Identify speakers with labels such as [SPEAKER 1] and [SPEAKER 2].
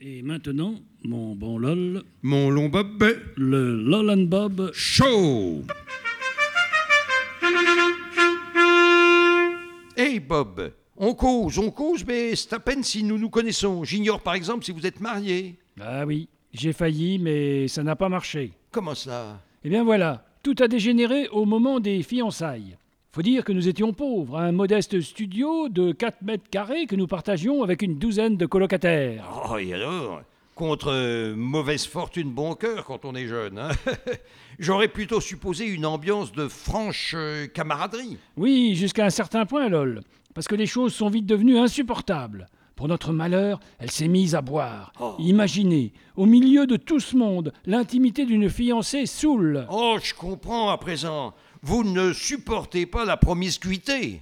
[SPEAKER 1] Et maintenant, mon bon LOL,
[SPEAKER 2] Mon long bob
[SPEAKER 1] le LOL and Bob.
[SPEAKER 2] chaud.
[SPEAKER 3] Hey Bob, on cause, on cause, mais c'est à peine si nous nous connaissons. J'ignore par exemple si vous êtes marié.
[SPEAKER 1] Ah oui, j'ai failli, mais ça n'a pas marché.
[SPEAKER 3] Comment ça
[SPEAKER 1] Eh bien voilà, tout a dégénéré au moment des fiançailles. Faut dire que nous étions pauvres, un modeste studio de 4 mètres carrés que nous partagions avec une douzaine de colocataires.
[SPEAKER 3] Oh, et alors Contre euh, mauvaise fortune, bon cœur quand on est jeune. hein. J'aurais plutôt supposé une ambiance de franche euh, camaraderie.
[SPEAKER 1] Oui, jusqu'à un certain point, lol. Parce que les choses sont vite devenues insupportables. Pour notre malheur, elle s'est mise à boire. Imaginez, au milieu de tout ce monde, l'intimité d'une fiancée saoule.
[SPEAKER 3] Oh, je comprends à présent. Vous ne supportez pas la promiscuité.